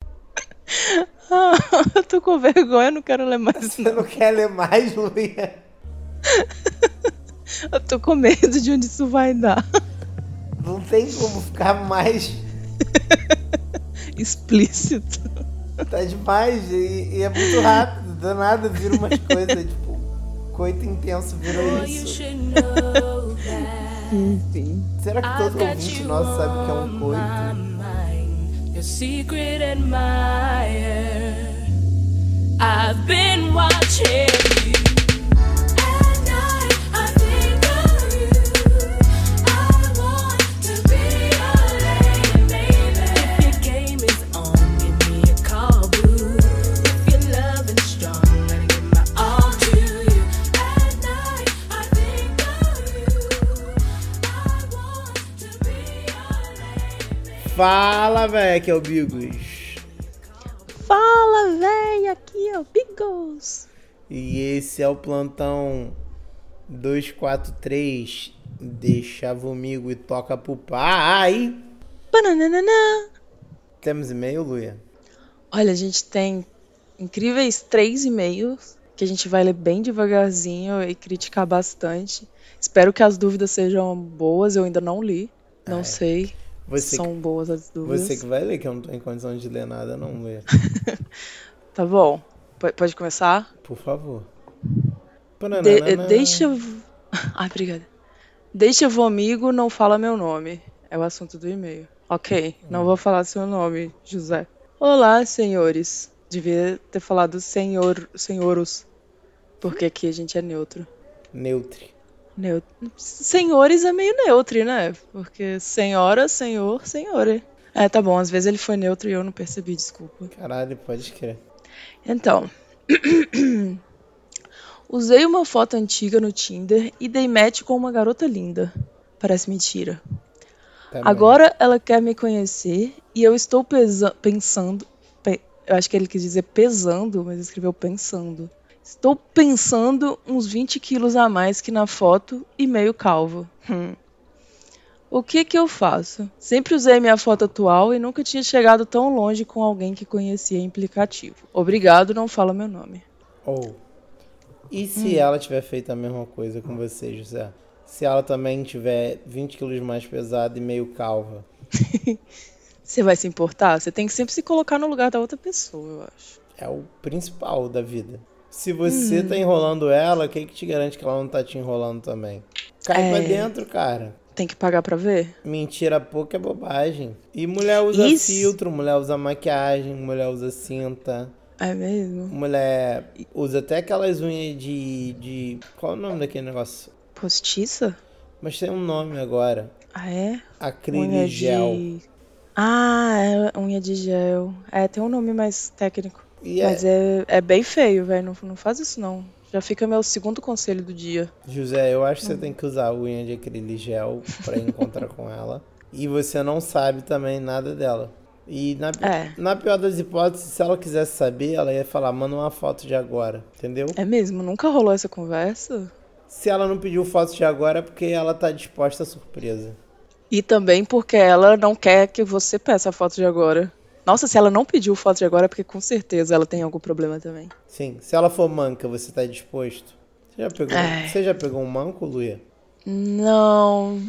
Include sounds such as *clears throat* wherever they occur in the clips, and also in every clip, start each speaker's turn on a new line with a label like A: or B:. A: *laughs* tô com vergonha, eu não quero ler
B: *laughs*
A: mais.
B: Você não quer ler mais, Luia?
A: Eu tô com medo de onde isso vai dar. *laughs*
B: Não tem como ficar mais.
A: Explícito.
B: Tá demais. E, e é muito rápido. Do nada vira umas coisas, tipo, coito intenso virou *laughs* isso.
A: Enfim.
B: Será que todo ouvinte nosso sabe que é um coito?
C: Your secret admirer. I've been watching you. At night, I think of you. I want to be your lady, baby. If your game is on, give me a call, boo. If your love is strong, gotta give my all to you. At night, I think of you. I want to be your lady.
B: Fala, velho, que é o Bigos.
A: Fala, véi, aqui é o Bigos.
B: E esse é o plantão 243. Deixa vomigo e toca pro pai.
A: Bananana.
B: Temos e-mail, Luia?
A: Olha, a gente tem incríveis três e-mails que a gente vai ler bem devagarzinho e criticar bastante. Espero que as dúvidas sejam boas, eu ainda não li. Não sei se
B: É, Você,
A: são boas as
B: que,
A: dúvidas.
B: você que vai ler, que eu não tô em condição de ler nada, não, Luia.
A: Tá bom. Po- pode começar?
B: Por favor.
A: De-
B: Pananana.
A: deixa. eu- *laughs* Ai, obrigada. Deixa eu amigo, não fala meu nome. É o assunto do e-mail. Ok, não vou falar seu nome, José. Olá, senhores. Devia ter falado senhor, senhoros. Porque aqui a gente é neutro.
B: Neutre.
A: Neu- Senhores é meio neutro, né? Porque senhora, senhor, senhora. É, tá bom, às vezes ele foi neutro e eu não percebi, desculpa.
B: Caralho, pode crer.
A: Então. *clears throat* Usei uma foto antiga no Tinder e dei match com uma garota linda. Parece mentira.
B: Também.
A: Agora ela quer me conhecer e eu estou pesa- pensando. pe- eu acho que ele quis dizer pesando, mas escreveu pensando. Estou pensando uns 20 quilos a mais que na foto e meio calvo. Hum. O que que eu faço? Sempre usei minha foto atual e nunca tinha chegado tão longe com alguém que conhecia em aplicativo. Obrigado, não fala meu nome.
B: Ou. E
A: Hum.
B: se ela tiver feito a mesma coisa com você, José? Se ela também tiver 20 quilos mais pesada e meio calva?
A: Você vai se importar? Você tem que sempre se colocar no lugar da outra pessoa, eu acho.
B: É o principal da vida. Se
A: Hum.
B: você tá enrolando ela, quem que te garante que ela não tá te enrolando também? Cai
A: É.
B: pra dentro, cara.
A: Tem que pagar pra ver?
B: Mentira pouca é bobagem. E mulher usa
A: Isso.
B: filtro, mulher usa maquiagem, mulher usa cinta.
A: É mesmo?
B: Mulher usa até aquelas unhas de. de. Qual é o nome daquele negócio?
A: Postiça?
B: Mas tem um nome agora.
A: Ah, é?
B: Acrílico gel.
A: de. Ah, é unha de gel. É, tem um nome mais técnico.
B: E
A: Mas
B: é,
A: é, é bem feio, velho. Não, não faz isso, não. Já fica meu segundo conselho do dia.
B: José, eu acho que você tem que usar a unha de acrílico gel pra encontrar com ela. E você não sabe também nada dela. E na, pi-
A: É.
B: na pior das hipóteses, se ela quisesse saber, ela ia falar, manda uma foto de agora, entendeu?
A: É mesmo? Nunca rolou essa conversa?
B: Se ela não pediu foto de agora, é porque ela tá disposta à surpresa.
A: E também porque ela não quer que você peça a foto de agora. Nossa, se ela não pediu foto de agora, é porque com certeza ela tem algum problema também.
B: Sim, se ela for manca, você tá disposto? Você já pegou,
A: Ai.
B: você já pegou um manco, Luia?
A: Não.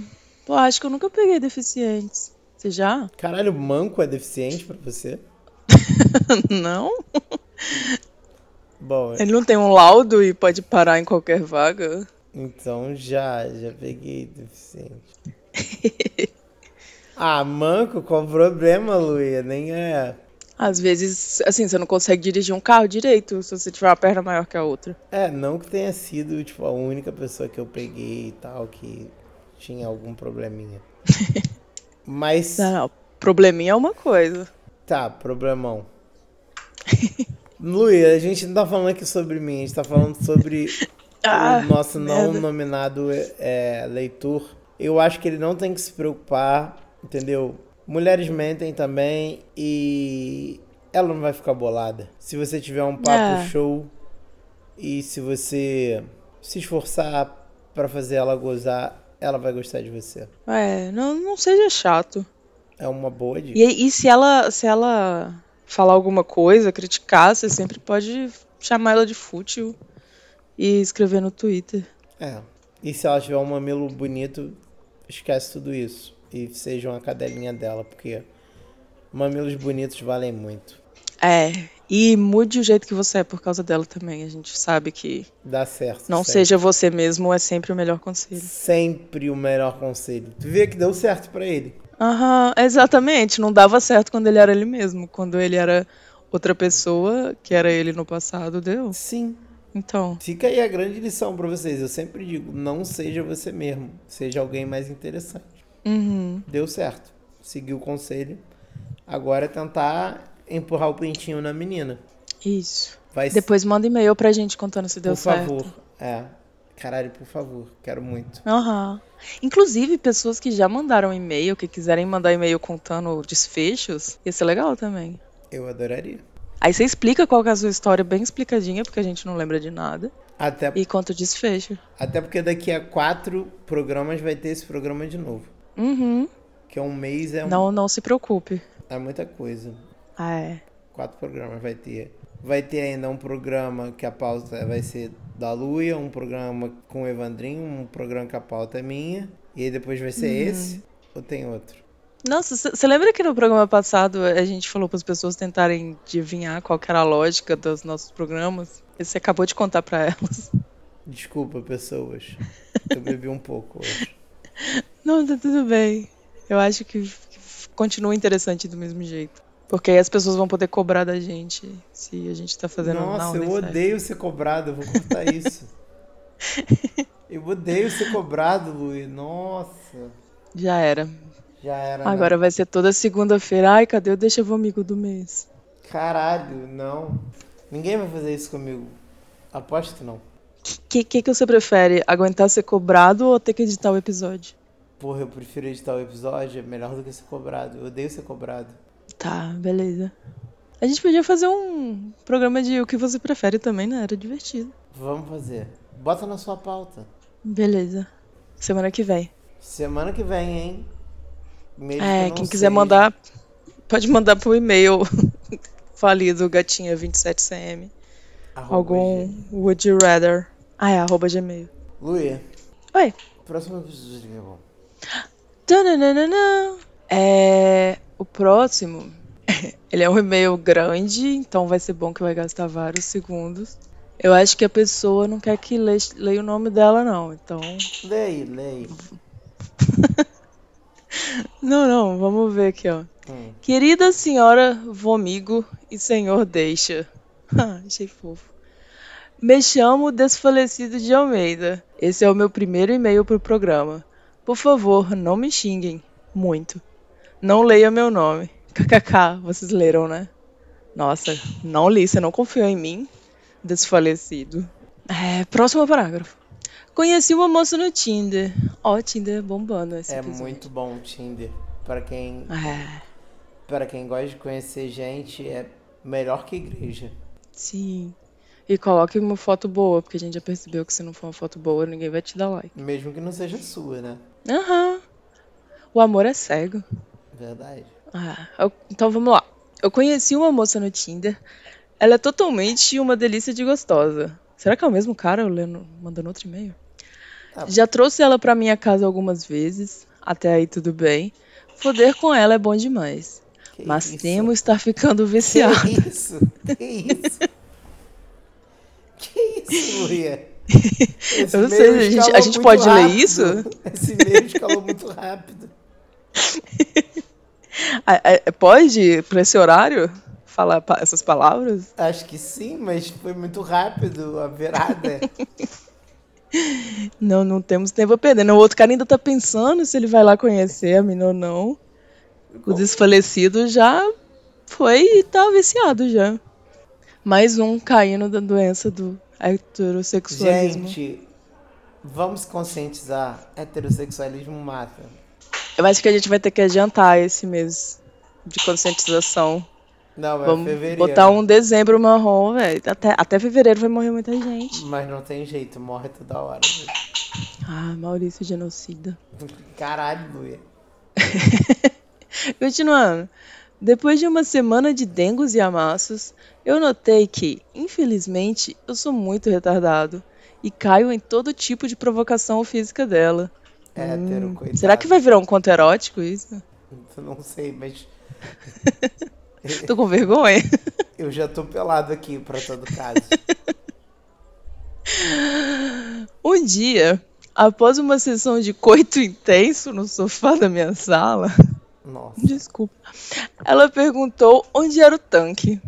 A: Pô, acho que eu nunca peguei deficientes. Você já? *laughs*
B: Caralho, manco é deficiente pra você?
A: não?
B: Bom,
A: Ele não tem um laudo e pode parar em qualquer vaga?
B: Então já, já peguei deficiente. *laughs* ah, manco, qual o problema, Luia? Nem é.
A: Às vezes, assim, você não consegue dirigir um carro direito se você tiver uma perna maior que a outra.
B: É, não que tenha sido, tipo, a única pessoa que eu peguei e tal, que tinha algum probleminha. Mas.
A: Não, não. Probleminha é uma coisa.
B: Tá, problemão. *laughs* Luia, a gente não tá falando aqui sobre mim, a gente tá falando sobre
A: Ah,
B: o nosso não
A: merda.
B: nominado é, leitor. Eu acho que ele não tem que se preocupar, entendeu? Mulheres mentem também e ela não vai ficar bolada. Se você tiver um papo
A: É.
B: show e se você se esforçar pra fazer ela gozar, ela vai gostar de você.
A: É, não, não seja chato.
B: É uma boa dica.
A: E, e se ela se ela falar alguma coisa, criticar, você sempre pode chamar ela de fútil e escrever no Twitter.
B: É. E se ela tiver um mamilo bonito, esquece tudo isso. E seja uma cadelinha dela, porque mamilos bonitos valem muito.
A: É. E mude o jeito que você é por causa dela também. A gente sabe que
B: Dá certo.
A: não
B: sempre.
A: seja você mesmo é sempre o melhor conselho.
B: Sempre o melhor conselho. Tu vê que deu certo pra ele.
A: Aham, exatamente. Não dava certo quando ele era ele mesmo. Quando ele era outra pessoa, que era ele no passado, deu.
B: Sim.
A: Então,
B: Fica aí a grande lição pra vocês. Eu sempre digo, não seja você mesmo. Seja alguém mais interessante.
A: uhum.
B: Deu certo. Seguiu o conselho. Agora é tentar empurrar o pintinho na menina.
A: isso.
B: Vai ser.
A: Depois manda e-mail pra gente contando se deu
B: Por
A: certo.
B: favor. É. Caralho, por favor. Quero muito.
A: Aham. Inclusive, pessoas que já mandaram e-mail, que quiserem mandar e-mail contando desfechos, ia ser legal também.
B: Eu adoraria.
A: Aí você explica qual que é a sua história, bem explicadinha, porque a gente não lembra de nada.
B: Até,
A: E conta o desfecho.
B: até porque daqui a quatro programas vai ter esse programa de novo.
A: Uhum.
B: Que é um mês, é, um-
A: Não, não se preocupe.
B: é muita coisa.
A: Ah, é.
B: Quatro programas vai ter. Vai ter ainda um programa que a pauta vai ser da Luia, um programa com o Evandrinho, um programa que a pauta é minha. E aí depois vai ser
A: Uhum.
B: esse, ou tem outro?
A: Nossa, você lembra que no programa passado a gente falou para as pessoas tentarem adivinhar qual que era a lógica dos nossos programas? E você acabou de contar para elas.
B: Desculpa, pessoas. Eu bebi um pouco
A: *laughs*
B: hoje.
A: *laughs* Não, tá tudo bem. Eu acho que, que continua interessante do mesmo jeito. Porque aí as pessoas vão poder cobrar da gente se a gente tá fazendo
B: Nossa,
A: não,
B: eu odeio ser cobrado, eu vou cortar
A: *laughs*
B: isso. eu odeio ser cobrado, Luia. Nossa.
A: Já era.
B: Já era. né?
A: Agora vai ser toda segunda-feira. Ai, cadê o Deixa Vomigo do mês?
B: Caralho, não. Ninguém vai fazer isso comigo. Aposto que não.
A: Que, que que você prefere? Aguentar ser cobrado ou ter que editar o episódio?
B: Porra, eu prefiro editar o episódio, é melhor do que ser cobrado. Eu odeio ser cobrado.
A: Tá, beleza. A gente podia fazer um programa de o que você prefere também, né? Era divertido.
B: Vamos fazer. Bota na sua pauta.
A: Beleza. Semana que vem.
B: Semana que vem, hein? Mesmo que
A: É,
B: não
A: quem quiser
B: seja.
A: mandar, pode mandar pro e-mail *laughs* falido gatinha27cm.
B: Arroba
A: Algum
B: G.
A: would you rather. Ah, é, arroba gmail.
B: Luia,
A: Oi.
B: próximo episódio que é bom.
A: Tananana. É, o próximo, *laughs* ele é um e-mail grande, então vai ser bom que vai gastar vários segundos. Eu acho que a pessoa não quer que le- leia o nome dela, não. Então,
B: Lê aí, lê aí.
A: não, não, vamos ver aqui, ó.
B: Hum.
A: Querida senhora Vomigo e senhor Deixa. *laughs* Ah, Achei fofo. Me chamo Desfalecido de Almeida. Esse é o meu primeiro e-mail pro programa. Por favor, não me xinguem. Muito. Não leia meu nome. *laughs* KKK, vocês leram, né? Nossa, não li, você não confiou em mim? Desfalecido. É, próximo parágrafo. Conheci uma moça no Tinder. Ó, Tinder bombando esse
B: É
A: episódio.
B: muito bom o Tinder. Pra quem,
A: É,
B: pra quem gosta de conhecer gente, é melhor que igreja.
A: Sim. E coloque uma foto boa, porque a gente já percebeu que se não for uma foto boa, ninguém vai te dar like.
B: Mesmo que não seja sua, né?
A: Aham. O amor é cego.
B: Verdade.
A: Ah, eu- então vamos lá. Eu conheci uma moça no Tinder. Ela é totalmente uma delícia de gostosa. Será que é o mesmo cara eu lendo, mandando outro e-mail?
B: Ah.
A: Já trouxe ela pra minha casa algumas vezes. Até aí tudo bem. Foder com ela é bom demais.
B: Que
A: Mas
B: isso?
A: temo estar ficando
B: Que
A: viciado.
B: isso? Que isso? que isso, Luia? Esse
A: Eu não sei,
B: meio
A: a gente-
B: escalou
A: a gente
B: muito
A: pode ler
B: rápido.
A: isso?
B: Esse meio escalou muito rápido.
A: Ah, *laughs* é- é- Pode, pra esse horário, falar pa- essas palavras?
B: Acho que sim, mas foi muito rápido a virada.
A: *laughs* Não, não temos tempo a perder. Não, o outro cara ainda tá pensando se ele vai lá conhecer a mina ou não. O desfalecido já foi e tá viciado já. Mais um caindo da doença do heterossexualismo.
B: gente, vamos conscientizar. Heterossexualismo mata.
A: Eu acho que a gente vai ter que adiantar esse mês de conscientização.
B: Não, é
A: Vamos
B: fevereiro.
A: botar um dezembro marrom, velho. Até, até fevereiro vai morrer muita gente.
B: Mas não tem jeito, morre toda hora.
A: Ah, Maurício genocida.
B: Caralho, Luia.
A: *laughs* Continuando. Depois de uma semana de dengos e amassos, eu notei que, infelizmente, eu sou muito retardado e caio em todo tipo de provocação física dela.
B: Hétero, É coitado.
A: Hum, Será que vai virar um conto erótico isso?
B: Eu não
A: *laughs*
B: sei, mas
A: Tô com vergonha.
B: eu já tô pelado aqui pra todo
A: *laughs*
B: caso.
A: Um dia, após uma sessão de coito intenso no sofá da minha sala, *laughs*
B: Nossa.
A: Desculpa. Ela perguntou onde era o tanque.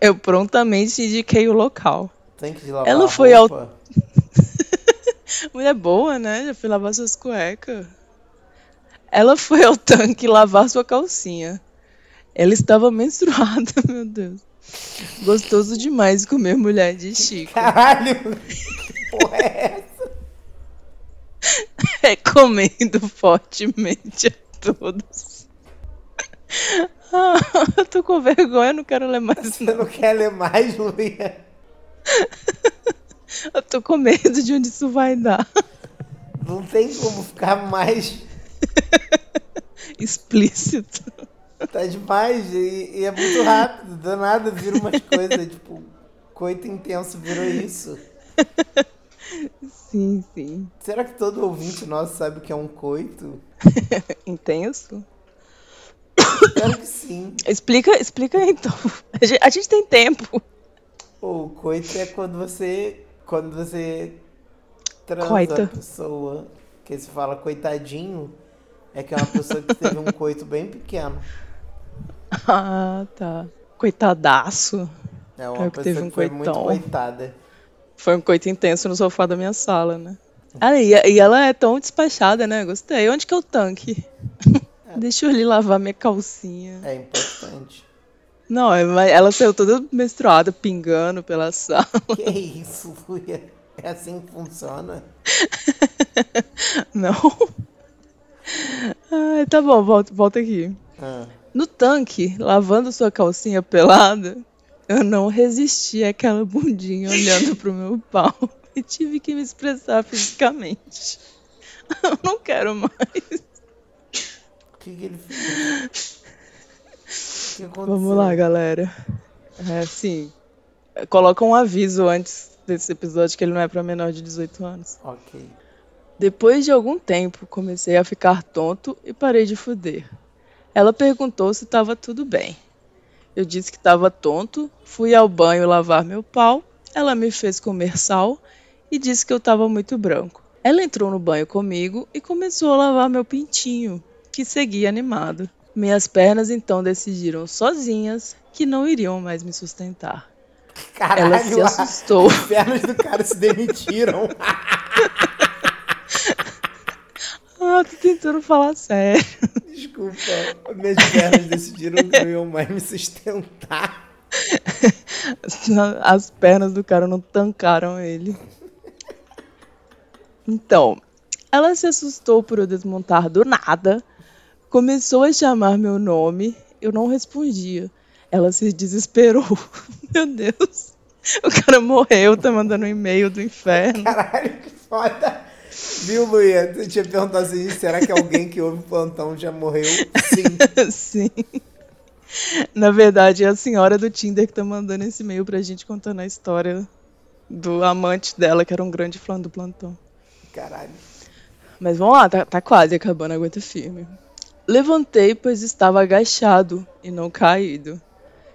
A: Eu prontamente indiquei o local.
B: Tanque de lavar
A: Ela foi ao-
B: roupa.
A: Mulher boa, né? Já fui lavar suas cuecas. Ela foi ao tanque lavar sua calcinha. Ela estava menstruada, *laughs* meu Deus. Gostoso demais comer mulher de Chico. *laughs*
B: Caralho! Porra, é essa?
A: Recomendo fortemente a todos. *laughs* Ah, eu tô com vergonha, não quero ler mais.
B: Você não quer ler mais, Luia?
A: Eu tô com medo de onde isso vai dar. *laughs*
B: Não tem como ficar mais.
A: Explícito.
B: Tá demais. E, e é muito rápido. Do nada vira umas coisas, tipo, coito intenso virou isso.
A: Sim, sim. *laughs*
B: Será que todo ouvinte nosso sabe o que é um coito?
A: Intenso?
B: Claro que sim.
A: Explica, explica aí, então. A gente, a gente tem tempo.
B: O coito é quando você. Quando você transa
A: Coita.
B: a pessoa. Que se fala coitadinho. É que é uma pessoa que teve um coito bem pequeno.
A: Ah, tá. Coitadaço.
B: É uma
A: Cara que
B: pessoa
A: teve um
B: que foi muito
A: coitão.
B: coitada.
A: Foi um coito intenso no sofá da minha sala, né? Ah, e, e ela é tão despachada, né? Gostei. Onde que é o tanque? *laughs* Deixa eu ali lavar minha calcinha.
B: É importante.
A: Não, é, mas ela saiu toda menstruada, pingando pela sala. *laughs*
B: Que é isso, Luia? É assim que funciona?
A: Não. Ai, tá bom, volta, volta aqui.
B: Ah,
A: No tanque, lavando sua calcinha pelada, eu não resisti àquela bundinha olhando pro meu pau *laughs* e tive que me expressar fisicamente. Eu não quero mais.
B: o que, que ele fez? O que aconteceu?
A: Vamos lá, galera. É assim, coloca um aviso antes desse episódio que ele não é pra menor de 18 anos.
B: Ok.
A: Depois de algum tempo, comecei a ficar tonto e parei de fuder. Ela perguntou se estava tudo bem. Eu disse que estava tonto, fui ao banho lavar meu pau, ela me fez comer sal e disse que eu estava muito branco. Ela entrou no banho comigo e começou a lavar meu pintinho, que seguia animado. Minhas pernas então decidiram sozinhas que não iriam mais me sustentar.
B: Caralho,
A: Ela se assustou.
B: as pernas do cara se demitiram.
A: Ah, tô tentando falar sério.
B: Desculpa, minhas pernas decidiram que não iam mais me sustentar.
A: *laughs* As pernas do cara não tancaram ele. Então, ela se assustou por eu desmontar do nada, começou a chamar meu nome, eu não respondia. Ela se desesperou. *laughs* Meu Deus. O cara morreu, tá mandando um e-mail do inferno.
B: Caralho, que foda. Viu, Luia? Eu tinha perguntado assim, será que alguém que ouve o plantão já morreu? Sim.
A: Sim. assim. Na verdade, é a senhora do Tinder que tá mandando esse e-mail pra gente contando a história do amante dela, que era um grande fã do plantão.
B: Caralho.
A: Mas vamos lá, tá, tá quase acabando, aguenta firme. Levantei, pois estava agachado e não caído.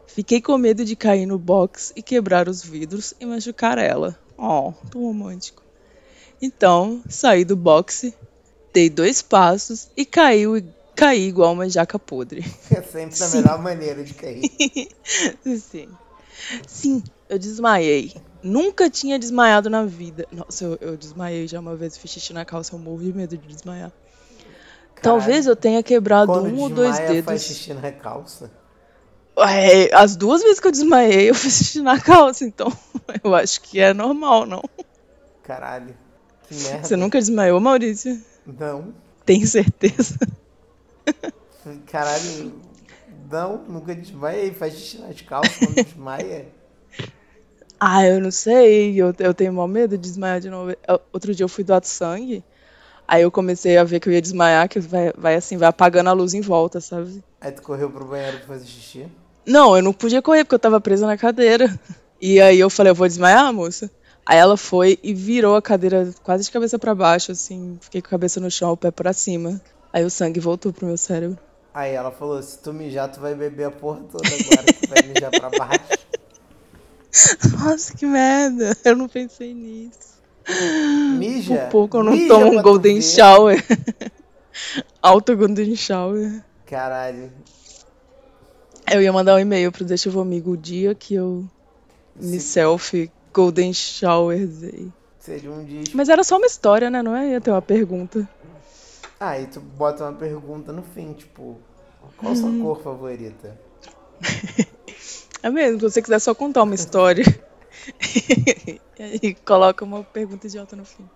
A: Fiquei com medo de cair no box e quebrar os vidros e machucar ela. Oh, tão romântico. Então, saí do boxe, dei dois passos e caiu e caí igual uma jaca podre. *laughs*
B: É sempre a
A: Sim.
B: melhor maneira de cair.
A: Sim. Sim, eu desmaiei. Nunca tinha desmaiado na vida. Nossa, eu, eu desmaiei já uma vez, fiz xixi na calça, eu morro de medo de desmaiar. Talvez eu tenha quebrado
B: Quando
A: um ou dois
B: desmaia, faz
A: dedos.
B: xixi na calça.
A: É, as duas vezes que eu desmaiei, eu *laughs* fiz xixi na calça, então *laughs* eu acho que é normal, não?
B: Caralho. Que merda.
A: Você nunca desmaiou, Maurício?
B: Não.
A: Tem certeza? *laughs*
B: Caralho. Não, nunca desmaia. Faz xixi nas calças quando desmaia.
A: Ah, eu não sei. Eu, eu tenho maior medo de desmaiar de novo. Eu- Outro dia eu fui doar sangue. Aí eu comecei a ver que eu ia desmaiar, que vai, vai assim, vai apagando a luz em volta, sabe?
B: Aí tu correu pro banheiro pra fazer xixi?
A: Não, eu não podia correr porque eu tava presa na cadeira. E aí eu falei, eu vou desmaiar, moça. Aí ela foi e virou a cadeira quase de cabeça para baixo, assim. Fiquei com a cabeça no chão, o pé pra cima. Aí o sangue voltou pro meu cérebro. *laughs*
B: Aí ela falou, se tu mijar, tu vai beber a porra toda agora, tu vai mijar pra baixo.
A: *laughs* Nossa, que merda! Eu não pensei nisso.
B: Mija?
A: Por pouco eu não
B: mija
A: tomo
B: pra
A: um
B: tu
A: Golden
B: ver.
A: Shower. *laughs* Alto Golden Shower.
B: Caralho.
A: Eu ia mandar um e-mail pro Deixa Eu Vou Amigo o dia que eu me selfie Golden Shower Day.
B: Seria um disco.
A: Mas era só uma história, né? Não ia ter uma pergunta.
B: Aí tu bota uma pergunta no fim, tipo, qual sua
A: Uhum.
B: cor favorita?
A: É mesmo, se você quiser só contar uma história *laughs* e coloca uma pergunta idiota no fim.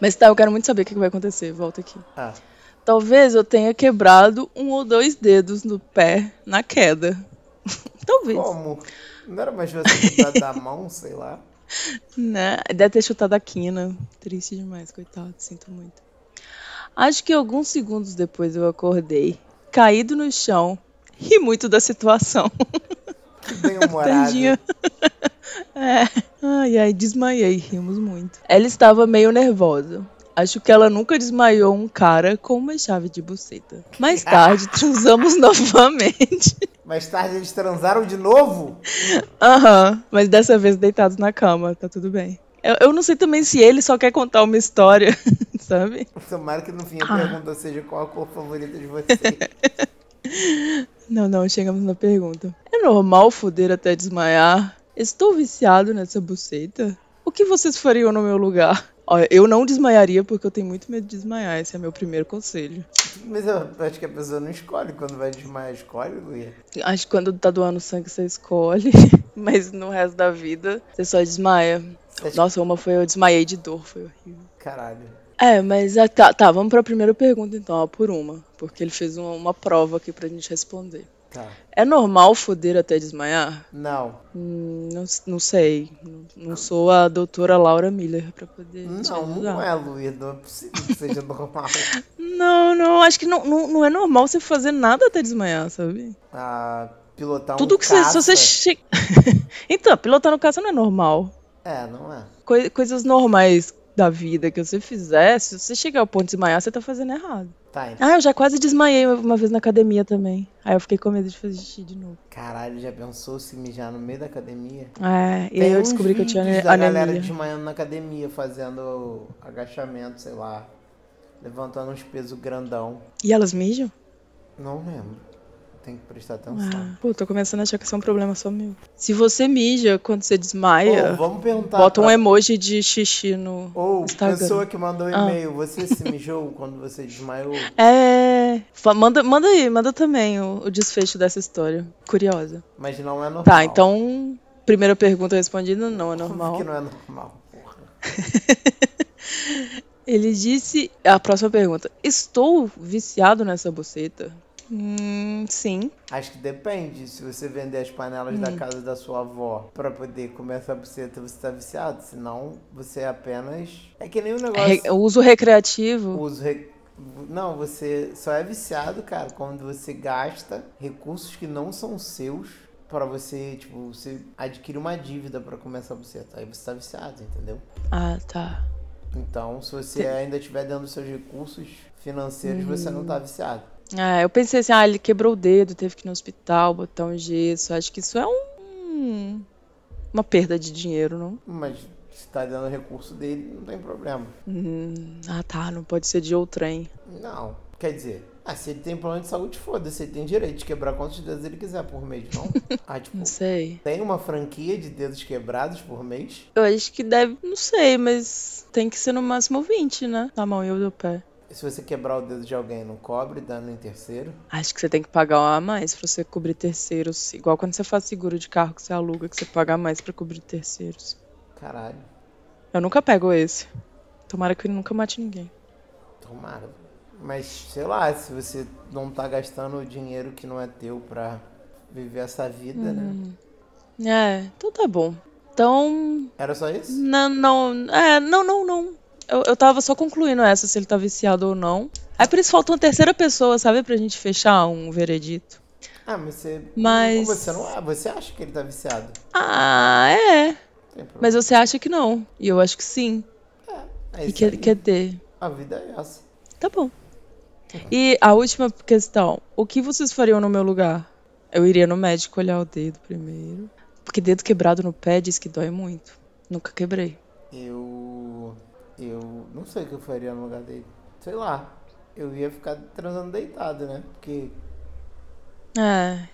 A: Mas tá, eu quero muito saber o que que vai acontecer. Volta aqui.
B: Ah,
A: Talvez eu tenha quebrado um ou dois dedos no pé na queda. *laughs* Talvez.
B: como? Não era mais você que dar a mão, sei lá.
A: Né? Deve ter chutado a quina. Triste demais, coitado. Sinto muito. Acho que alguns segundos depois eu acordei, caído no chão, ri muito da situação. *laughs*
B: Que bem-humorado.
A: Tadinha. *laughs* É. Ai, ai, desmaiei, rimos muito. Ela estava meio nervosa. Acho que ela nunca desmaiou um cara com uma chave de buceta. Mais tarde, transamos *laughs* novamente.
B: Mais tarde eles transaram de novo?
A: Aham, mas dessa vez deitados na cama, tá tudo bem. Eu, eu não sei também se ele só quer contar uma história, *laughs* sabe?
B: Tomara que no fim
A: Ah.
B: a pergunta seja qual a cor favorita de você.
A: Não, não, chegamos na pergunta. É normal foder até desmaiar? Estou viciado nessa buceta? O que vocês fariam no meu lugar? Olha, eu não desmaiaria porque eu tenho muito medo de desmaiar, esse é meu primeiro conselho.
B: Mas eu acho que a pessoa não escolhe quando vai desmaiar, escolhe, Luia.
A: Acho que quando tá doando sangue você escolhe, *laughs* mas no resto da vida você só desmaia.
B: Você acha-
A: Nossa, uma foi eu desmaiei de dor, foi horrível.
B: Caralho.
A: É, mas ah, tá, tá, vamos pra primeira pergunta então, ó, por uma, porque ele fez um, uma, uma prova aqui pra gente responder.
B: Tá.
A: É normal foder até desmaiar?
B: Não.
A: Hum, não, s- não sei, não, não sou a doutora Laura Miller pra poder te
B: Não, não
A: ajudar.
B: é, Luia. Não é possível que seja
A: *laughs*
B: normal.
A: Não, não, acho que não, não, não é normal você fazer nada até desmaiar, sabe?
B: Ah, pilotar um
A: Tudo que você,
B: caça...
A: se você chega... *laughs* então, pilotar no caça não é normal.
B: É, não é.
A: Coi- coisas normais da vida que você fizer, se você chegar ao ponto de desmaiar, você tá fazendo errado.
B: Tá, então.
A: Ah, eu já quase desmaiei uma vez na academia também. Aí eu fiquei com medo de fazer xixi de novo.
B: Caralho, já pensou se mijar no meio da academia?
A: É, e aí
B: Tem
A: eu
B: uns
A: descobri que eu tinha
B: vídeos
A: ane-
B: da galera
A: anemia.
B: desmaiando na academia, fazendo agachamento, sei lá. Levantando uns pesos grandão.
A: E elas mijam?
B: Não lembro. Tem que prestar atenção.
A: Ah, pô, tô começando a achar que isso é um problema só meu. Se você mija quando você desmaia,
B: Ou vamos perguntar.
A: bota um
B: pra-
A: emoji de xixi no
B: Ou
A: Instagram.
B: pessoa que mandou
A: Ah.
B: e-mail, você se mijou quando você
A: *laughs*
B: desmaiou?
A: É. fa- Manda, manda aí, manda também o, o desfecho dessa história. Curiosa.
B: Mas não é normal.
A: Tá, então. Primeira pergunta respondida, não é
B: Óbvio
A: normal.
B: que não é normal, porra.
A: Ele disse. A próxima pergunta. Estou viciado nessa buceta? Hum, sim.
B: Acho que depende. Se você vender as panelas da casa da sua avó pra poder comer essa buceta, você tá viciado. Senão, você é apenas. É que nem o negócio.
A: Re- o uso recreativo.
B: uso re- Não, você só é viciado, cara, quando você gasta recursos que não são seus pra você, tipo, você adquire uma dívida pra começar a buceta. Aí você tá viciado, entendeu?
A: Ah, tá.
B: Então, se você ainda estiver dando seus recursos financeiros, você não tá viciado.
A: Ah, eu pensei assim, ah, ele quebrou o dedo, teve que ir no hospital, botar um gesso. Acho que isso é um. Uma perda de dinheiro, não?
B: Mas se tá dando recurso dele, não tem problema.
A: Hum, ah, tá, não pode ser de outrem.
B: Não. Quer dizer, ah, se ele tem plano de saúde, foda-se, ele tem direito de quebrar quantos dedos ele quiser por mês,
A: *laughs*
B: não? Ah, tipo,
A: Não sei.
B: tem uma franquia de dedos quebrados por mês?
A: Eu acho que deve, não sei, mas tem que ser no máximo 20, né? Na mão e o do pé.
B: Se você quebrar o dedo de alguém, não cobre dano em terceiro?
A: Acho que você tem que pagar a mais pra você cobrir terceiros. Igual quando você faz seguro de carro que você aluga, que você paga a mais pra cobrir terceiros.
B: Caralho,
A: Eu nunca pego esse. Tomara que ele nunca mate ninguém.
B: tomara. Mas, sei lá, se você não tá gastando o dinheiro que não é teu pra viver essa vida, né?
A: Uhum. É, então tá bom. Então,
B: Era só isso?
A: Não, não, é, não, não, não. Eu, eu tava só concluindo essa, se ele tá viciado ou não. Aí por isso faltou uma terceira pessoa, sabe? Pra gente fechar um veredito.
B: Ah, mas você.
A: Mas-
B: Você não é. Você acha que ele tá viciado?
A: Ah, é.
B: Não tem problema.
A: Mas você acha que não. E eu acho que sim.
B: É
A: E
B: isso
A: quer,
B: aí.
A: quer ter.
B: A vida é essa.
A: Tá bom. E a última questão. O que vocês fariam no meu lugar? Eu iria no médico olhar o dedo primeiro. Porque dedo quebrado no pé diz que dói muito. Nunca quebrei.
B: Eu. Eu não sei o que eu faria no lugar dele. Sei lá. Eu ia ficar transando deitado, né? Porque.
A: É.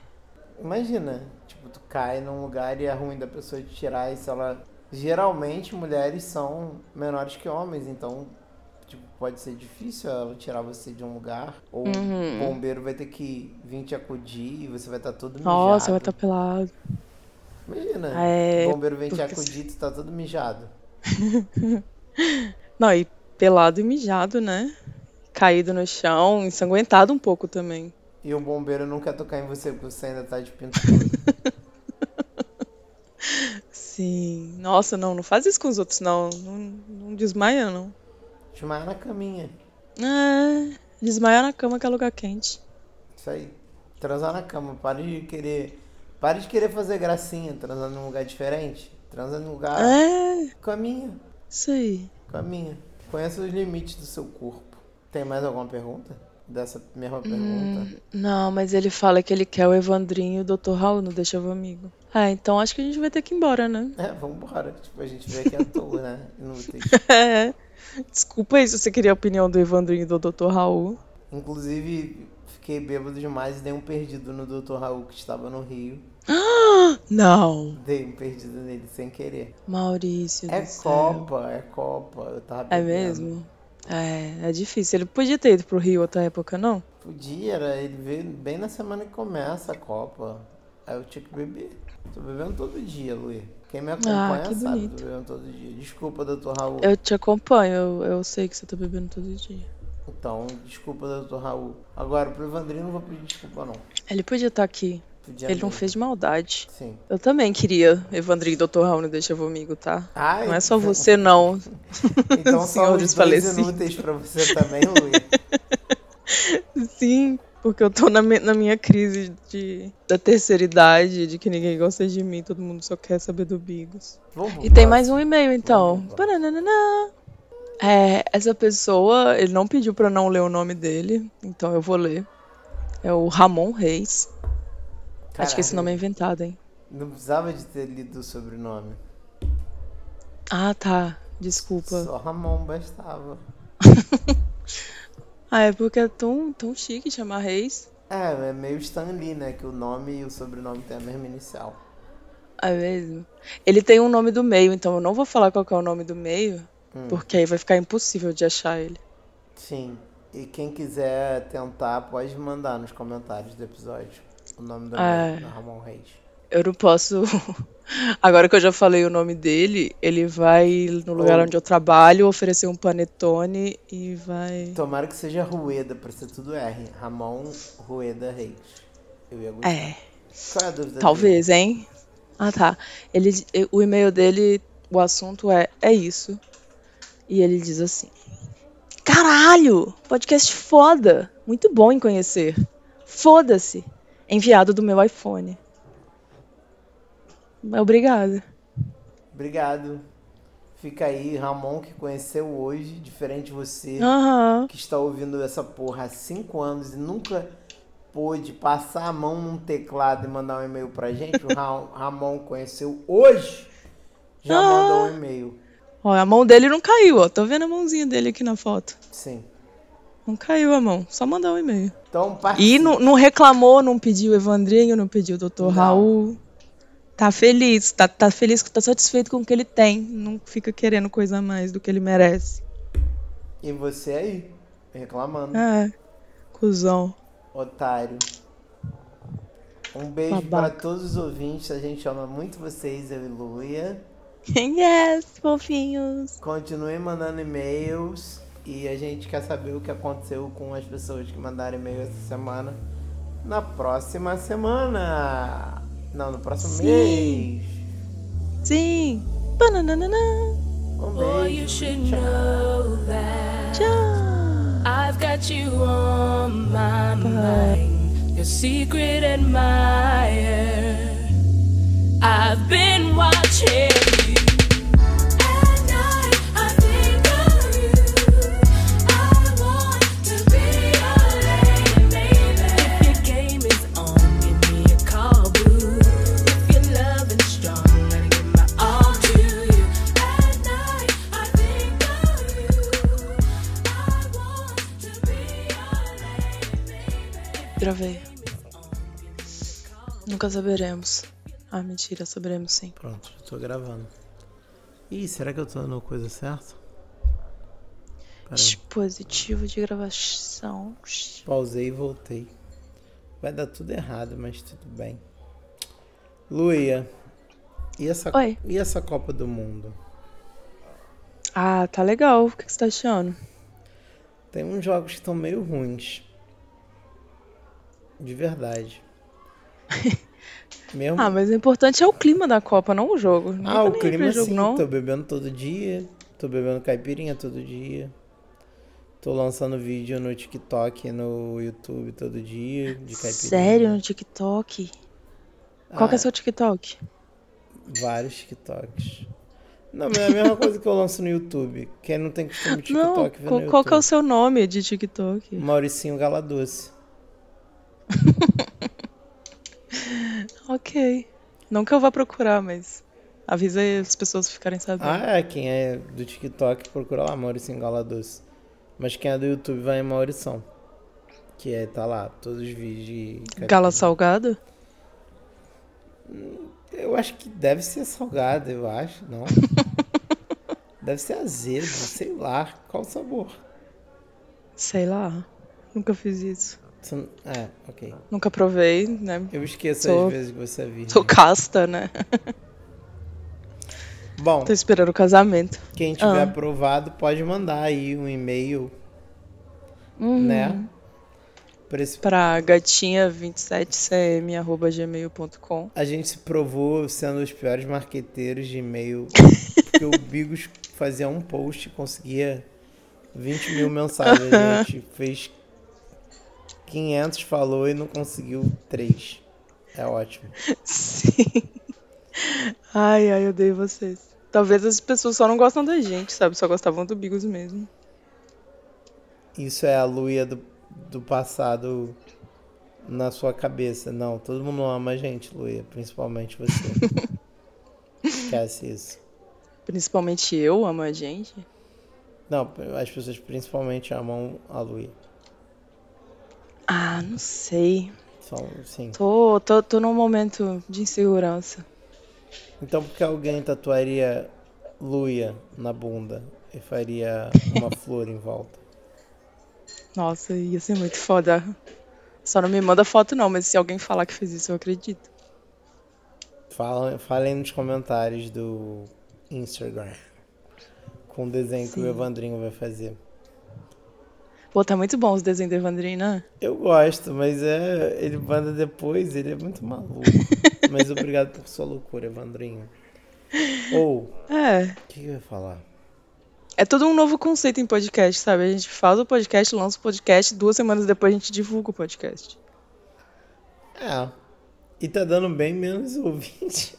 B: Imagina, tipo, tu cai num lugar e é ruim da pessoa te tirar e se ela. Geralmente mulheres são menores que homens, então tipo, pode ser difícil ela tirar você de um lugar. Ou
A: Uhum.
B: o bombeiro vai ter que vir te acudir e você vai estar todo mijado.
A: Nossa, vai estar pelado.
B: Imagina,
A: É,
B: o bombeiro vem te
A: porque-
B: acudir e tu tá todo mijado.
A: Não, e pelado e mijado, né? Caído no chão, ensanguentado um pouco também.
B: E o bombeiro não quer tocar em você porque você ainda tá de pinto curto.
A: Sim. Nossa, não, não faz isso com os outros, não. Não, não desmaia, não.
B: Te amarra na caminha.
A: É. Desmaia na cama que é lugar quente.
B: Isso aí. Transar na cama. Para de querer. Para de querer fazer gracinha. Transar num lugar diferente. Transa num lugar.
A: É.
B: Caminha.
A: Isso aí.
B: Caminha. Conheça os limites do seu corpo. Tem mais alguma pergunta? Dessa
A: Hum.
B: mesma pergunta?
A: Não, mas ele fala que ele quer o Evandrinho e o Dr. Raul, não deixa o amigo. Ah, então acho que a gente vai ter que ir embora, né? *laughs*
B: É, vambora. Tipo, a gente veio aqui à toa, né? Inútil.
A: É. Desculpa aí se você queria a opinião do Evandrinho e do Dr. Raul.
B: Inclusive, fiquei bêbado demais e dei um perdido no Dr. Raul que estava no Rio.
A: Não.
B: Dei um perdido nele sem querer.
A: Maurício. do
B: É
A: céu.
B: Copa, é Copa. Eu tava
A: É
B: bebendo.
A: mesmo? É, é difícil. Ele podia ter ido pro Rio outra época, não?
B: Podia, era, ele veio bem na semana que começa a Copa. Aí eu tinha que beber. Tô bebendo todo dia, Luí. Quem me
A: Ah,
B: acompanha
A: que
B: sabe,
A: bonito.
B: tô bebendo todo dia. Desculpa, doutor Raul.
A: Eu te acompanho, eu, eu sei que você tá bebendo todo dia.
B: Então, desculpa, doutor Raul. Agora, pro Evandrinho não vou pedir desculpa, não.
A: Ele podia estar aqui.
B: Podia
A: Ele não
B: mesmo.
A: fez de maldade.
B: Sim.
A: Eu também queria Evandrinho e Dr. Raul, não deixa comigo, tá?
B: Ai,
A: Não é só você, não.
B: *laughs* Então são os
A: *laughs* senhores
B: dois
A: falecidos.
B: inúteis pra você também, Luí.
A: Sim, porque eu tô na, mi- na minha crise de, da terceira idade, de que ninguém gosta de mim, todo mundo só quer saber do Bigos.
B: Vamos pro
A: E tem
B: próximo.
A: mais um e-mail, então.
B: Vamos lá.
A: Bananana. É, essa pessoa, ele não pediu pra não ler o nome dele, então eu vou ler. É o Ramon Reis. Acho que esse
B: Caralho,
A: nome é inventado, hein?
B: Não precisava de ter lido o sobrenome.
A: Ah, tá. Desculpa.
B: Só Ramon bastava.
A: Ah, é porque é tão, tão chique chamar Reis.
B: É, é meio Stan Lee, né? Que o nome e o sobrenome tem a mesma inicial.
A: É mesmo? Ele tem um nome do meio, então eu não vou falar qual que é o nome do meio,
B: Hum.
A: porque aí vai ficar impossível de achar ele.
B: Sim. E quem quiser tentar, pode mandar nos comentários do episódio o nome do
A: É.
B: nome, Ramon Reis.
A: Eu não posso. *laughs* Agora que eu já falei o nome dele, ele vai no lugar
B: Oh.
A: onde eu trabalho oferecer um panetone e vai.
B: Tomara que seja Rueda, pra ser tudo R. Ramon Rueda Reis. Eu ia gostar.
A: É,
B: Qual é a dúvida?
A: talvez, hein? Ah, tá. Ele, o e-mail dele, o assunto é é isso. E ele diz assim: Caralho, podcast foda, muito bom em conhecer. Foda-se, enviado do meu iPhone. Obrigada.
B: dele? Obrigado. Fica aí, Ramon, que conheceu hoje, diferente de você,
A: Aham.
B: que está ouvindo essa porra há cinco anos e nunca pôde passar a mão num teclado e mandar um e-mail pra gente. O Ra- Ramon conheceu hoje, já mandou um e-mail.
A: Ó, a mão dele não caiu, ó. Tô vendo a mãozinha dele aqui na foto.
B: Sim.
A: Não caiu a mão, só mandar um e-mail.
B: Então,
A: E
B: participe.
A: não, não reclamou, não pediu o Evandrinho, não pediu o Dr.
B: Não.
A: Raul. Tá feliz, tá, tá feliz, tá satisfeito com o que ele tem. Não fica querendo coisa a mais do que ele merece.
B: E você aí, reclamando,
A: É, cuzão.
B: otário. Um beijo para
A: Babaca.
B: todos os ouvintes, a gente ama muito vocês, eu e Luia.
A: Yes, é fofinhos.
B: Continue mandando e-mails e a gente quer saber o que aconteceu com as pessoas que mandaram e-mail essa semana. Na próxima semana! Não, no próximo
A: Sim.
B: mês!
A: Sim. Bananana.
B: Um
C: Boy,
B: beijo.
C: you should know that
A: Tchau!
C: I've got you on my mind. Your secret admirer. I've been watching you. At night, I think of you. I want to be your lady, baby. If your game is on, give me a call, boo. If your love is strong, let me give my all to you. At night, I think of you. I want to be your lady, baby.
A: Gravei. Nunca saberemos. Ah, mentira, saberemos sim.
B: Pronto, já tô gravando. Ih, será que eu tô no coisa certa? Peraí,
A: Dispositivo de gravação.
B: pausei e voltei. Vai dar tudo errado, mas tudo bem. Luia, e essa,
A: Oi.
B: e essa Copa do Mundo?
A: Ah, tá legal. O que que você tá achando?
B: Tem uns jogos que estão meio ruins.
A: *laughs*
B: De verdade. Mesmo...
A: Ah, mas o importante é o clima da Copa, não o jogo. Ninguém
B: Ah,
A: tá
B: o
A: nem aí pra
B: clima então.
A: jogo,
B: sim.
A: não.
B: Tô bebendo todo dia. Tô bebendo caipirinha todo dia. Tô lançando vídeo no TikTok e no YouTube todo dia. De caipirinha.
A: Sério, no TikTok? Qual que é
B: Ah,
A: seu TikTok?
B: Vários TikToks. Não, mas é a mesma coisa que eu lanço no YouTube. Quem não tem costume de
A: não,
B: TikTok vê
A: qual,
B: no
A: qual que é o
B: YouTube.
A: seu nome de TikTok?
B: Mauricinho Galadoce.
A: Ok. Não que eu vá procurar, mas avisa aí as pessoas ficarem sabendo.
B: Ah, é, quem é do TikTok procura lá Mauricinho Galadoce. Mas quem é do YouTube vai em Maurição. Que é, tá lá, todos os vídeos de caipirinha.
A: Gala Salgado?
B: Eu acho que deve ser salgado, eu acho,
A: *laughs*
B: não. deve ser azedo, sei lá, qual o sabor.
A: Sei lá. Nunca fiz isso.
B: Você não- É, ok.
A: Nunca provei, né?
B: Eu esqueço
A: Sou-
B: as vezes que você é virgem.
A: Sou casta, né?
B: Tá Bom,
A: Tô esperando o casamento.
B: quem tiver
A: Ah.
B: aprovado pode mandar aí um e-mail,
A: Hum. Uhum.
B: né? Pra esse-
A: Pra gatinha27cm.gmail.com.
B: A gente se provou sendo os piores marqueteiros de e-mail. porque o Bigos fazia um post e conseguia 20 mil mensagens. A gente fez 500, falou e não conseguiu 3. É ótimo.
A: *laughs* Sim. Ai, ai, eu odeio vocês. Talvez as pessoas só não gostam da gente, sabe? Só gostavam do Bigos mesmo.
B: Isso é a Luia do, do passado na sua cabeça. Não, todo mundo ama a gente, Luia, principalmente você. Esquece isso.
A: Principalmente eu amo a gente.
B: Não, as pessoas principalmente amam a Luia.
A: Ah, não sei.
B: São, sim.
A: Tô, tô, tô num momento de insegurança.
B: Então por que alguém tatuaria Luia na bunda e faria uma flor em volta?
A: Nossa, ia ser muito foda. Só não me manda foto, não, mas se alguém falar que fez isso, eu acredito.
B: Fala- Falem nos comentários do Instagram. Com o desenho que o
A: Sim.
B: Evandrinho vai fazer.
A: Pô, tá muito bom os desenhos do Evandrinho, né?
B: Eu gosto, mas é, ele manda depois, ele é muito maluco. mas obrigado por sua loucura, Evandrinho. Ou,
A: É.
B: o que, que eu ia falar?
A: É todo um novo conceito em podcast, sabe? A gente faz o podcast, lança o podcast, duas semanas depois a gente divulga o podcast.
B: Ah, e tá dando bem menos *laughs* ouvinte.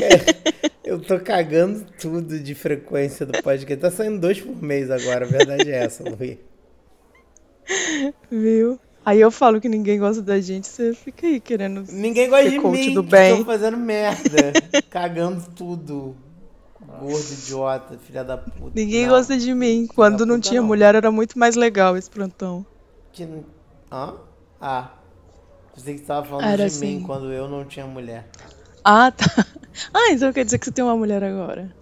B: É, eu tô cagando tudo de frequência do podcast. Tá saindo dois por mês agora, a verdade é essa, Luí.
A: Viu? Aí eu falo que ninguém gosta da gente, você fica aí querendo.
B: Ninguém gosta
A: Ser
B: de
A: coach
B: mim,
A: do
B: que
A: bem.
B: tô fazendo merda. cagando tudo. Gordo, idiota, filha da puta.
A: Ninguém
B: Não,
A: gosta de mim. Quando não
B: puta,
A: tinha
B: não.
A: mulher era muito mais legal esse plantão.
B: Que... n- Hã? Ah, pensei que você tava falando
A: Era
B: de mim
A: assim.
B: quando eu não tinha mulher.
A: Ah, tá. *laughs* Ah, então quer dizer que você tem uma mulher agora.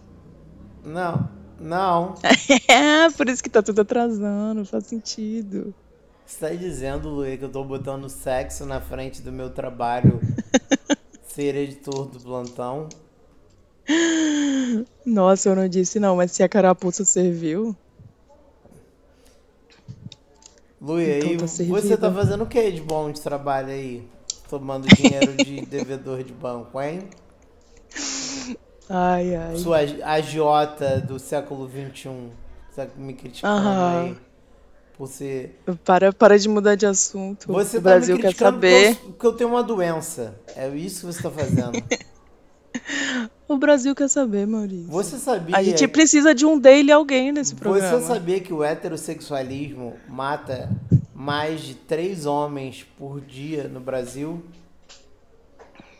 B: Não, não.
A: *laughs* É, por isso que tá tudo atrasando, faz sentido.
B: Você tá dizendo, Luê, que eu tô botando sexo na frente do
A: *laughs*
B: meu trabalho ser editor do plantão?
A: Nossa, eu não disse não, mas se a carapuça serviu.
B: Luê,
A: Então
B: aí
A: tá
B: você tá
A: servido.
B: fazendo o que de bom de trabalho
A: *laughs*
B: aí? Tomando dinheiro de devedor de banco, hein?
A: Ai, ai.
B: Sua agiota do século XXI. Tá me criticando
A: Aham.
B: aí. Por ser.
A: Para, para de mudar de assunto.
B: Você
A: o
B: tá
A: Brasil
B: me
A: quer
B: criticando
A: saber.
B: porque eu, porque eu tenho uma doença. É isso que você tá
A: *laughs*
B: fazendo.
A: O Brasil quer saber, Maurício.
B: Você sabia.
A: A gente precisa de um daily alguém nesse programa.
B: é. Você sabia que o heterossexualismo mata mais de três homens por dia no Brasil?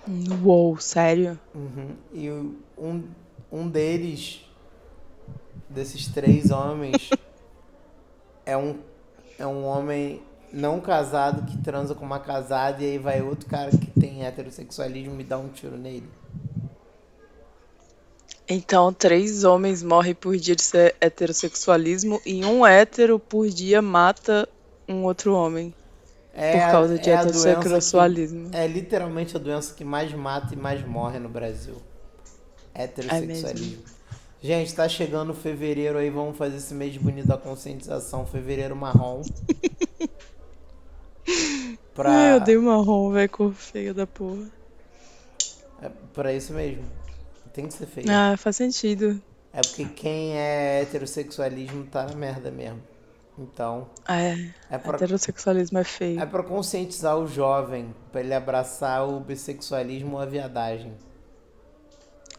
A: Hum, Uou, sério?
B: Uhum. E o- um, um deles, desses três homens, é um, é um homem não casado que transa com uma casada e aí vai outro cara que tem heterossexualismo e dá um tiro nele.
A: Então, três homens morrem por dia de ser heterossexualismo e um hétero por dia mata um outro homem
B: É,
A: por
B: a-
A: causa de
B: é a doença que-
A: heterossexualismo.
B: É literalmente a doença que mais mata e mais morre no Brasil.
A: É
B: Heterossexualismo. Gente, tá chegando fevereiro aí, vamos fazer esse mês bonito da conscientização,
A: *laughs*
B: fevereiro marrom.
A: Ai,
B: pra,
A: eu dei marrom, velho, cor feia da porra.
B: é pra isso mesmo. Tem que ser feito.
A: Ah, faz sentido.
B: É porque quem é heterossexualismo tá na merda mesmo. Então,
A: Ah, é.
B: é pra,
A: Heterossexualismo é feio.
B: é pra conscientizar o jovem, pra ele abraçar o bissexualismo ou a viadagem.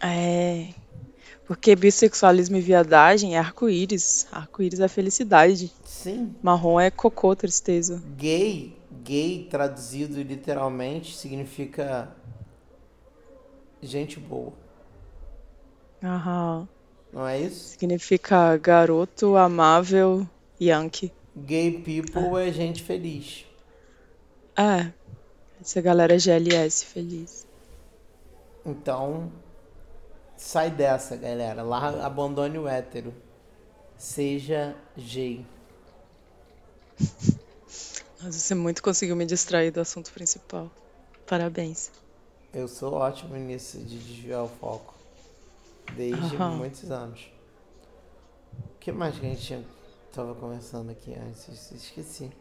A: É. Porque bissexualismo e viadagem é arco-íris. Arco-íris é felicidade.
B: Sim,
A: Marrom é cocô, tristeza.
B: Gay, gay traduzido literalmente significa gente boa,
A: Aham.
B: não é isso?
A: Significa garoto, amável, yankee.
B: Gay people é gente feliz.
A: É. Essa galera GLS feliz.
B: Então, sai dessa, galera. Lá, abandone o hétero. Seja gay.
A: Nossa, você muito conseguiu me distrair do assunto principal. Parabéns.
B: Eu sou ótimo nisso de desviar o foco. Desde
A: Aham.
B: muitos anos. O que mais que a gente tava conversando aqui antes? Esqueci.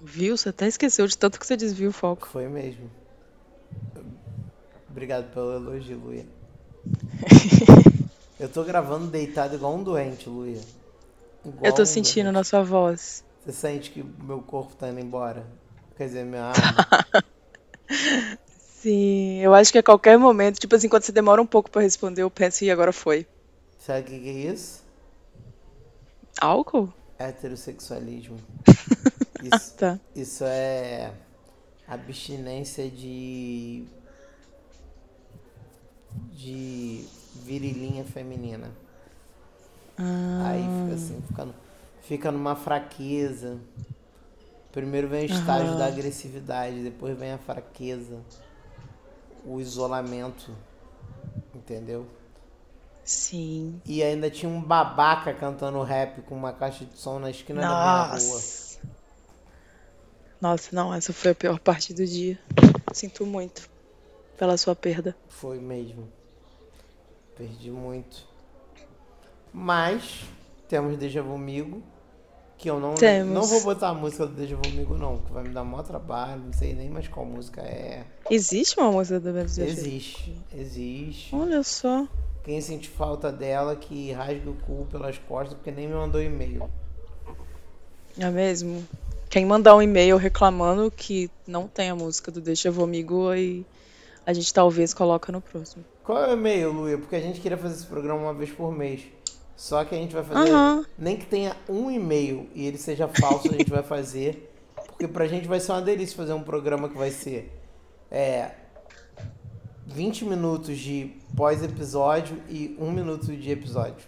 A: Viu? Você até esqueceu de tanto que você desvia o foco.
B: Foi mesmo. Obrigado pelo
A: *laughs*
B: elogio, Luia. Eu tô gravando deitado igual um doente, Luia. Igual
A: Eu tô
B: um
A: sentindo
B: doente.
A: na sua voz.
B: Você sente que meu corpo tá indo embora? Quer
A: *laughs*
B: dizer, minha alma.
A: Sim, eu acho que a qualquer momento, tipo assim, quando você demora um pouco pra responder, eu penso e agora foi.
B: Sabe o que que é isso?
A: Álcool? *laughs*
B: Heterossexualismo. Isso,
A: Tá.
B: isso é abstinência de. de virilinha feminina.
A: Ah.
B: Aí fica assim, fica, nu- fica numa fraqueza. Primeiro vem o estágio
A: Aham.
B: da agressividade, depois vem a fraqueza, o isolamento, entendeu?
A: Sim.
B: E ainda tinha um babaca cantando rap com uma caixa de som na esquina é da minha rua.
A: Nossa. Nossa, não, essa foi a pior parte do dia. Sinto muito pela sua perda.
B: Foi mesmo. Perdi muito. Mas temos Deja Vomigo, que eu não, né,
A: Temos.
B: não vou botar a música do Deja Vomigo não, que vai me dar maior trabalho, não sei nem mais qual música é.
A: Existe uma música do Brasil?
B: Existe, existe.
A: Olha só.
B: Quem sente falta dela, que rasga o cu pelas costas, porque nem me mandou e-mail.
A: É mesmo? Quem mandar um e-mail reclamando que não tem a música do Deixa Vomigo, aí a gente talvez coloca no próximo.
B: Qual é o e-mail, Luia? Porque a gente queria fazer esse programa uma vez por mês. Só que a gente vai fazer.
A: Aham.
B: Nem que tenha um e-mail e ele seja falso, a gente vai fazer. Porque pra gente vai ser uma delícia fazer um programa que vai ser. É. 20 minutos de pós-episódio e 1 minuto de episódio.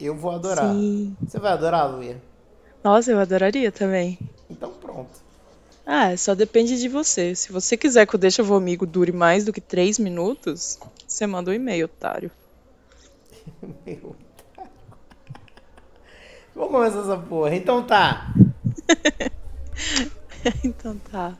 B: Eu vou adorar.
A: Sim.
B: Você vai adorar, Luia?
A: Nossa, eu adoraria também.
B: Então pronto. *laughs*
A: Ah, só depende de você. Se você quiser que o Deixa Vomigo dure mais do que três minutos, você manda um e-mail, otário. *laughs*
B: Meu Deus. Vamos começar essa porra. Então tá.
A: Então tá.